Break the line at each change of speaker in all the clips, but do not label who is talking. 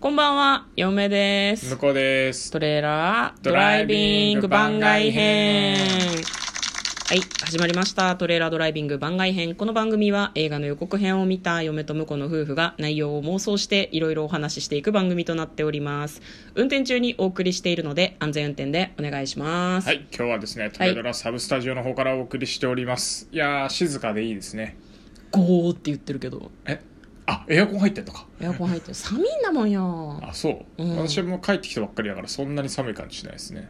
こんばんは、嫁で
向
す。
こうです
トレーラード
ド
ラ
ラ
イ
イ
ビ
ビ
ン
ン
グ
グ
番
番
外
外
編。
編
はい、始まりました。トレーラードライビング番外編。この番組は映画の予告編を見た嫁と婿の夫婦が内容を妄想していろいろお話ししていく番組となっております。運転中にお送りしているので安全運転でお願いします。
はい今日はですねトレドラサブスタジオの方からお送りしております、い、やー静かでいいですね
ゴーって言ってるけど、
えあエアコン入ってんのか
エアコン入って る。寒いんだもんよ。
あそう、
うん
私はもう帰ってきたばっかりだからそんなに寒い感じしないですね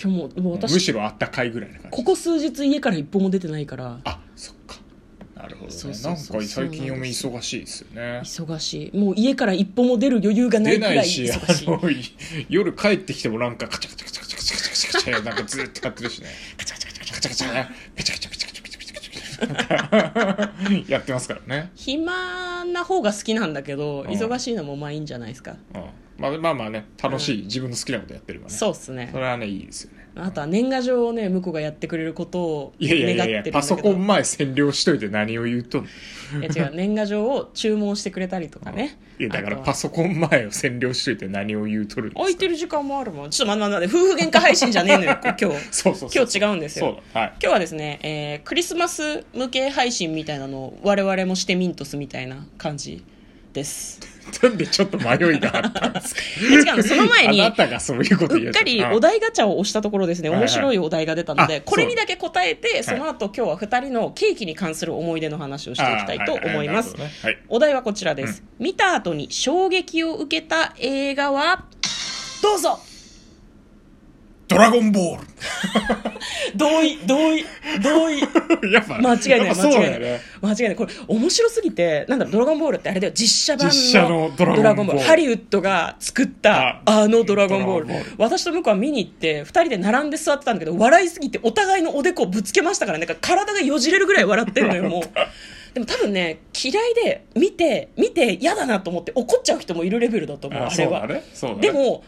今日も、もう
む
私、
しろあったかいぐらいな感じ
ここ数日家から一歩も出てないから。
あそっかなるほどね
そうそ
な
うんそう
か最近
そうなん
嫁
です
忙しいですよね
忙しいもう家から一歩も出る余裕がない
出
く
な
らい
いしあ
忙しい
のい夜帰ってきてもなんかカチャカチャカチャカチャカチャカチャカチャなんかずーっとやってるしね
カチャカチャカチャ
カチャカチャペチャカチャペチャカチャペチャカチャペチャカチャやってますからね
暇な方が好きなんだけど
ん
忙しいのもまあいいんじゃないですか
うんまあまあまあね楽しい、自分の好きなことやってるからね
そうっすね
それはねいいですよね
あとは年賀状をね向こうがやってくれることを
い
願
や
って
い
る
や
ん
い
だ
や
けど
いやパソコン前占領しといて何を言うとんの
いや違う年賀状を注文してくれたりとかね
いやだか
あ
ら
とは
パソコン前を占領しといて何を言うとるんですか
空いてる時間もあるもんちょっと待って待って待って夫婦喧嘩配信じゃねえのよ今日
そうそうそう
今日違うんですよ
そうだはい
今日はですね、えークリスマス向け配信みたいなのを我々もしてミントスみたいな感じ です
なんでちょっと迷いがあったんですか
え 違うのその前に
あなたがそういうこと言
う
う
っかりお題ガチャを押したところですね、
はい
面白いお題が出たの
あ
で、
そう
これにだけ答えて、その後今日は2人のケーキに関する思い出の話をしていきたいと思います。
はいはい
お題はこちらです。見た後に衝撃を受けた映画は、どうぞ
ドラゴンボー
同意、同意、同意。
ル やっぱ
間違いない、
やっ
間
ぱそう
違い
だ
な
よ
い
ね。
間違いない。これ、面白すぎて、なんだろう、ドラゴンボールってあれだよ、実写版の。
実写のドラゴンボール
ハリウッドが作った、
あ
あのドラゴンボール。
ドラゴンボー
私と向こうは見に行って、二人で並んで座ってたんだけど、笑いすぎて、お互いのおでこぶつけましたからね、なんか体がよじれるぐらい笑ってるのよ、もう。 でも多分ね、嫌いで、見て、見て、嫌だなと思って、怒っちゃう人もいるレベルだと思う、あ
あ
れ
そうだ
は。
ね。そうだね。
でも、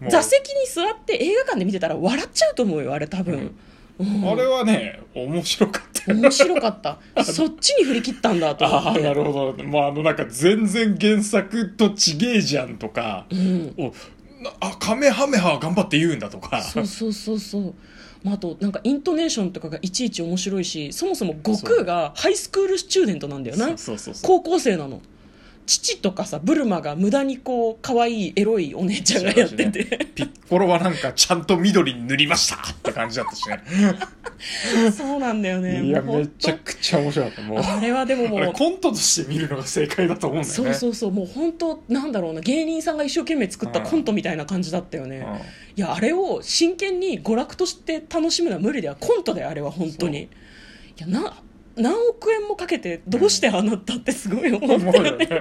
もう
座席に座って映画館で見てたら笑っちゃうと思うよ、あれ多分。
あれはね、面白かったよ。
面白か ったそっちに振り切ったんだと思
あ
っ
あ、
て
なるほど。まあ、あの、なんか、全然原作とちげえじゃんとか、おなあ、カメハメハは頑張って言うんだとか、
そうそうそうそう、まあ、あとなんかイントネーションとかがいちいち面白いしそもそも悟空がハイスクールスチューデントなんだよな
そうそうそうそう
高校生なの父とかさブルマが無駄にこう可愛いエロいお姉ちゃんがやってて、
ピッコロはなんか、ちゃんと緑に塗りましたって感じだったしね。
そうなんだよね
いや、
もうほ
め
んと
ちゃくちゃ面白かった。もう、
あれはでもも
あれ
う
コントとして見るのが正解だと思うんだよね。
そうそうそうもう本当なんだろうな芸人さんが一生懸命作ったコントみたいな感じだったよね、
うん
いやあれを真剣に娯楽として楽しむのは無理だよコントだよあれは本当にいやな何億円もかけてどうしてああなったってすごい思っ
思
た
う
よ
よ
ね
ね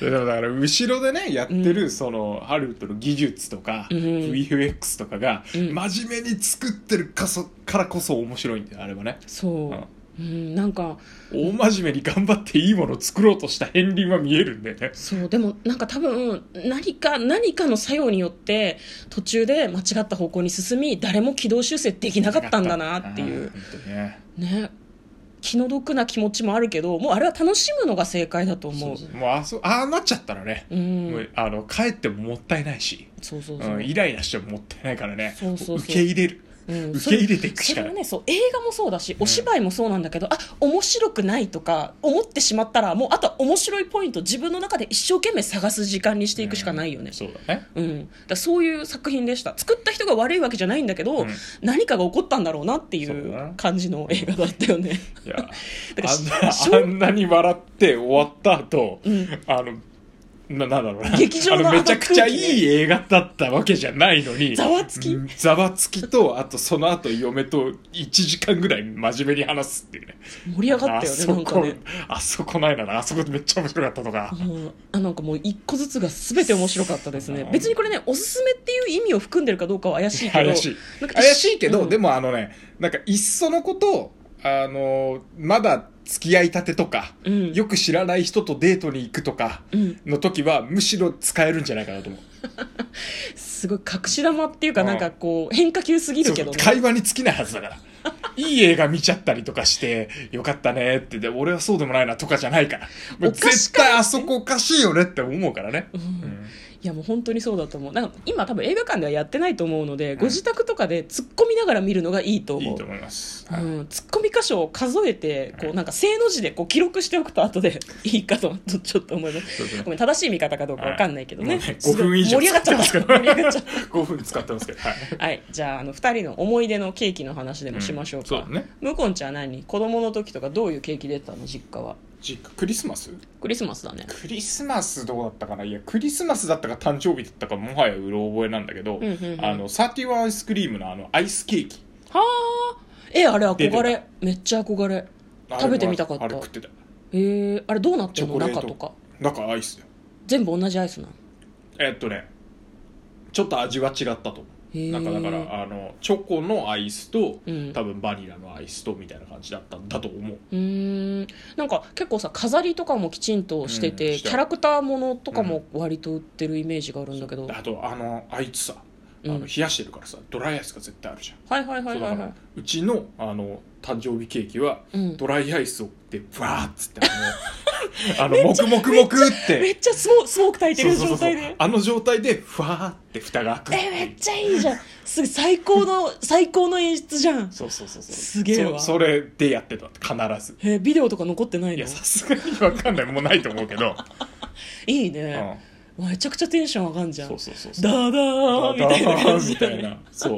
でもだから後ろでねやってるそのハリウッドの技術とか
うん
VFX とかが
うん
真面目に作ってるかそからこそ面白いんだよあれはね
そう、うん、なんか
大真面目に頑張っていいものを作ろうとした片鱗は見えるんでね
そうでもなんか多分何か何かの作用によって途中で間違った方向に進み誰も軌道修正できなかったんだなっていう
あー本当ね
ね気の毒な気持ちもあるけどもうあれは楽しむのが正解だと思う
そうそうもうあそああなっちゃったらね、
うん
もうあの帰ってももったいないし
そうそうそう、
うん、イライラしてももったいないからね
そうそうそう
受け入れる
うん
受け入れていくしかな
それは
い
ねそう映画もそうだしお芝居もそうなんだけど、あ面白くないとか思ってしまったらもうあとは面白いポイントを自分の中で一生懸命探す時間にしていくしかないよね、
そうだね
うんだからそういう作品でした作った人が悪いわけじゃないんだけど、
うん
何かが起こったんだろうなってい
そうだ
う
な
感じの映画だったよ ね
い や
だからし
あんなあんなに笑って終わった後、
うん
あのななんだろうな
劇場の
あめちゃくちゃ
あの
い
空気ね
い映画だったわけじゃないのに
ざわつき
うんざわつきとあとその後嫁と1時間ぐらい真面目に話すっていうね
盛り上がったよ
あ
ね
そ
な
こ
んかね
あそこないならあそこめっちゃ面白かったとか、
うんあなんかもう一個ずつが全て面白かったですね
うん
別にこれねおすすめっていう意味を含んでるかどうかは怪 しいけど
怪しい
なんか
怪しいけど、
うん
でもあのねなんかいっそのことあのまだ付き合いたてとか、
うん
よく知らない人とデートに行くとか
うん
の時はむしろ使えるんじゃないかなと思う
すごい隠し玉っていうか
うん
なんかこう変化球すぎるけど
そう
ね
会話に尽きないはずだからいい映画見ちゃったりとかして、よかったねって、で俺はそうでもないなとかじゃないから。もう
おかし
絶
か
対あそこおかしいよねって思うからね。うん
いやもう本当にそうだと思うなんか今多分映画館ではやってないと思うので、ご自宅とかで突っ込みながら見るのがいいと思う
いいと思います。
う
はい
ん、ツッコミ箇所を数えてこ
は
う
い
なんか正の字でこう記録しておくと後で いいかととちょっと思いま
そうです
す
ね
ごめん正しい見方かどうかわかんないけどね,
もう
すごい、
5分以上
盛り上がっちゃった
使ってます
盛り上
けど
がっちゃっ
5分使ってますけど。はい。
たはいじゃああの2人の思い出のケーキの話でもしましょうか、
うんそうだね
向こんちゃんは何子供の時とかどういうケーキ出てたの実家は
じクリスマス
クリスマスだね
クリスマスどうだったかないや、クリスマスだったか誕生日だったかもはやうろ覚えなんだけど、
うんうんうん
あの、サーティワンアイスクリームのあの、アイスケーキ。
はあえあれ憧
出
れめっちゃ憧れへ
あれ
食べてみたかった
あれ食ってた。
えあれどうなって
チ
る
ョ
の
コレー
中
ト。
とか。
中アイスだよ。
全部同じアイスなの
えっとね、ちょっと味は違ったと思う。
へえ
なんかだからあのチョコのアイスと、
うん
多分バニラのアイスとみたいな感じだったんだと思う
うーんなんか結構さ飾りとかもきちんとしてて、
うん
キャラクターものとかも割と売ってるイメージがあるんだけど、
あとあのあいつさあ
う
の
ん
冷やしてるからさ、ドライアイスが絶対あるじゃん、
はいはいはい
そう
は
だ
い
か
はい
ら
う
ちのあの誕生日ケーキは、
うん
ドライアイスをでバーッつって あのあのモクモクモクっ
め
て
っちゃスモスモーク焚いて
そう
る
そうそ
状
うそう
態で
あの状態でふわーって蓋が開くって
えめ
いう
っちゃいいじゃんすごい最高の最高の演出じゃん、
そうそうそうそう
すげえわ
そそれでやってた必ず
えビデオとか残ってない
い
の
やさすがに分かんないもうないと思うけど、
いいうね、
ん、
めちゃくちゃテンション上がんじゃん
そうそうそうそう
ダーダーみたいな感じだよ
みた
ね
いなそ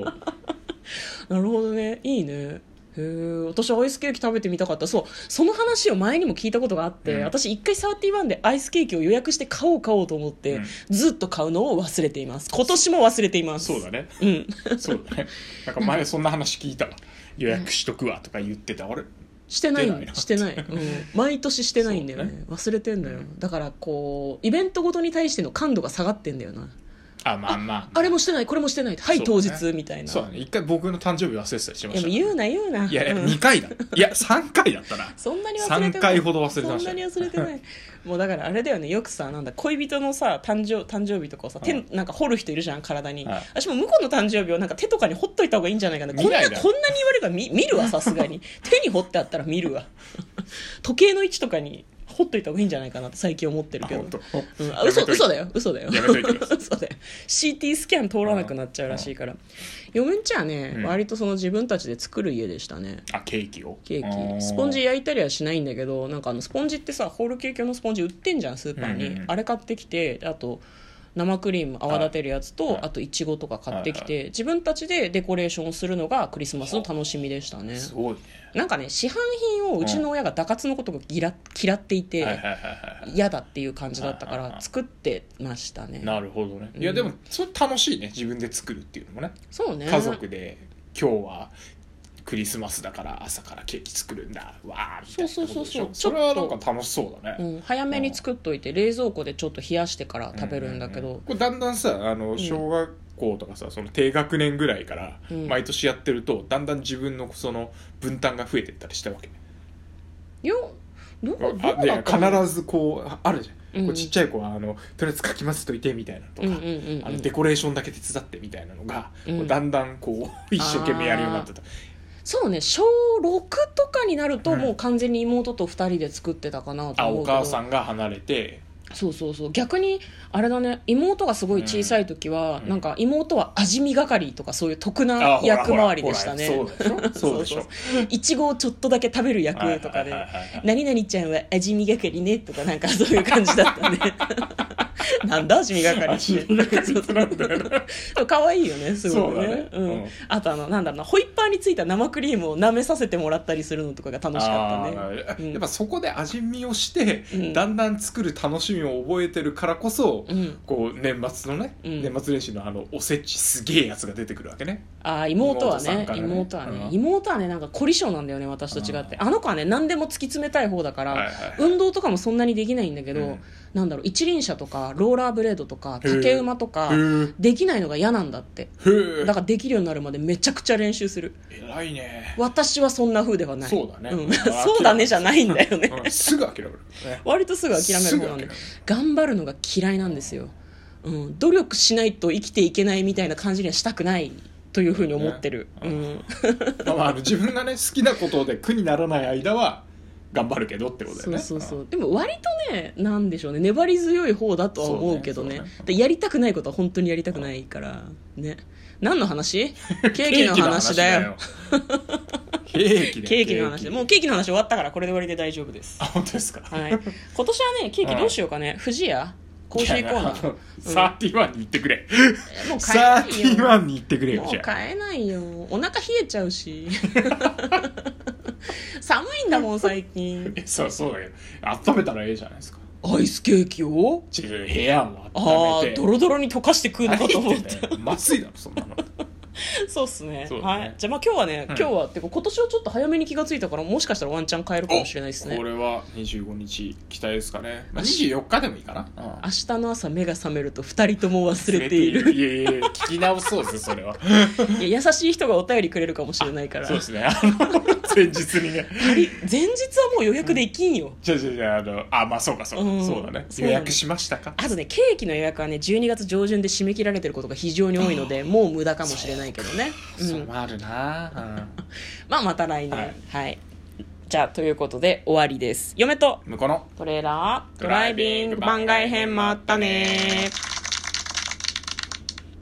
う
なるほどねいいねへえ私アイスケーキ食べてみたかったそうその話を前にも聞いたことがあって、
うん
私一回サーティワンでアイスケーキを予約して買おう買おうと思って、
うん
ずっと買うのを忘れています今年も忘れています
そうだね
うん
そうだね なんか前そんな話聞いたわ予約しとくわとか言ってたあれ
してない
してないな
してない、 うん、毎年してないんだよね
そう
忘れてんだよ、
うん
だからこうイベントごとに対しての感度が下がってんだよな
あまあまあ
あれもしてないこれもしてないはい、
そ
当
うだね
日みたいな
そうだね一回僕の誕生日忘れてたりしま
いや
し
も
た
う言うな言うない
やいや
うん
2回だいや3回だっ たな
そんなに忘れてない
3回ほど忘れてました
そんなに忘れてない もうだからあれだよねよくさなんだ恋人のさ誕生誕生日とかをさ手、
はい
なんか掘る人いるじゃん体に、
はい
私も向こうの誕生日をなんか手とかに掘っといた方がいいんじゃないかなこん
見
な
な
こ
い
んな
な
に言われたら 見見るわさすがに手に掘ってあったら見るわ時計の位置とかに掘っといた方がいいんじゃないかなって最近思ってる
あ
けど
本当
うん、あ
やめ
嘘
といて
嘘だよ嘘だよ
やめといてくださ
嘘だよ CT スキャン通らなくなっちゃうらしいから嫁んちはね、
うん
割とその自分たちで作る家でしたね
あケーキを
ケ
あ
ーキスポンジ焼いたりはしないんだけどなんかあのスポンジってさホールケーキ用のスポンジ売ってんじゃんスーパーに、
うんうんうん
あれ買ってきてあと生クリーム泡立てるやつと、
はい
あといちごとか買ってきて、
は
自分たちでデコレーションするのがクリスマスの楽しみでしたね
すごいね
なんかね市販品をうちの親が打活のことが嫌嫌っていて、
はいはいはいはい
嫌だっていう感じだったか
はいはい
ら
はい
作ってましたね
なるほどねいや
うん
でもそれ楽しいね自分で作るっていうのもね
そうね
家族で今日はクリスマスだから朝からケーキ作るんだわーみたいなことでしょ
そうそうそう
それはなんか楽しそうだね、
うん、早めに作っといて冷蔵庫でちょっと冷やしてから食べるんだけど、
うううこれだんだんさあの
ん
小学校とかさ、その低学年ぐらいから
うん
毎年やってると、だんだん自分のその分担が増えてったりしたわけ、
いやどうどうだ
あね
ったの
必ずこうああるじゃん、
うん
こうちっちゃい子はあのとりあえず書きますといてみたいなのとか、
うんうんうんうん
あのデコレーションだけ手伝ってみたいなのが、
うん
こうだんだんこう一生懸命やるようになってた
そうね小6とかになると
うん
もう完全に妹と2人で作ってたかなと
あ
思
お
うけど、
母さんが離れて
そうそうそう逆にあれだね妹がすごい小さい時は、
うん
なんか妹は味見係とかそういう得
あ
な
ほら
役回りでした
ほ
ね
らほらそうでしょそうで しょ
そう いちごをちょっとだけ食べる役とかで
はいはいはいはい
「何々ちゃんは味見係ね」とかなんかそういう感じだった ねなんだ味見係って
味見係ってなんだよね
そう可愛いよねすごいね
そうだね
うん
うん
あとあのなんだろうなホイッパーについた生クリームを舐めさせてもらったりするのとかが楽しかったね
あー
うん
やっぱそこで味見をして、
うん
だんだん作る楽しみを覚えてるからこそ、
うん
こう年末のね、
うん
年末年始のあのおせちすげえやつが出てくるわけね
あー妹は
妹さ
ね
んからね
妹はね
うん
妹はねなんか凝り性なんだよね私と違ってあの子はね何でも突き詰めたい方だから、
はいはいはい
運動とかもそんなにできないんだけど、
うん
なんだろう一輪車とかローラーブレードとか
へー
竹馬とか
へー
できないのが嫌なんだって
へえ
だからできるようになるまでめちゃくちゃ練習する
偉いね
私はそんな風ではない
そうだね、
んそうだねじゃないんだよね、
うんすぐ諦める、ね、
割とすぐ諦める方なんで頑張るのが嫌いなんですよ、うん、努力しないと生きていけないみたいな感じにはしたくないというふうに思ってる、うん、
まあまああの自分がね好きなことで苦にならない間は頑張るけどってことだよ
そ
ね
うそうそうでも割とねなんでしょうね粘り強い方だとは思うけどね
そうねそうね
でやりたくないことは本当にやりたくないからね何の話 ケーキの話だよ
ケーキだよ
ケーキの話もうケーキの話終わったからこれで終わりで大丈夫です
あ本当ですか
はい今年はねケーキどうしようかね不二家コーヒーコーナー
サーティワンに行ってくれ
もう買え
サー
な
テ
い
ィ
よ
ワンに行ってくれよ
も
じ
う
ゃあ
買えないよお腹冷えちゃうし 寒いんだもん最近
えそうそうだけど温めたらええじゃないですか
アイスケーキを
違う部屋も
あ
温
あ
めて
ドロドロに溶かして食うのかと 思っ
入
た
てたよ麻酔だろそんなの
そうっすね
そうだね
はいじゃあまあ今日はね、
うん
今日はってか今年はちょっと早めに気がついたからもしかしたらワンチャン買えるかもしれないですね
これは25日期待ですかね、まあ、24日でもいいかな、うん
明日の朝目が覚めると2人とも忘れている
いやいやいや聞き直そうですそれはい
や優しい人がお便りくれるかもしれないから
そうで
前日
すねあの前日にね
はもう予約できんよ、
じゃあじゃあじゃああのあまあそうかそうか、
うん
そうだね
そう
予
だね
約しましたか
あとねケーキの予約はね12月上旬で締め切られてることが非常に多いのでもう無駄かもしれないけどねう
そうんもあるな、
まあまた来年は
はいい、
じゃあということで終わりです嫁と
うん、向こうの
トレーラードライビング番外編もあったねー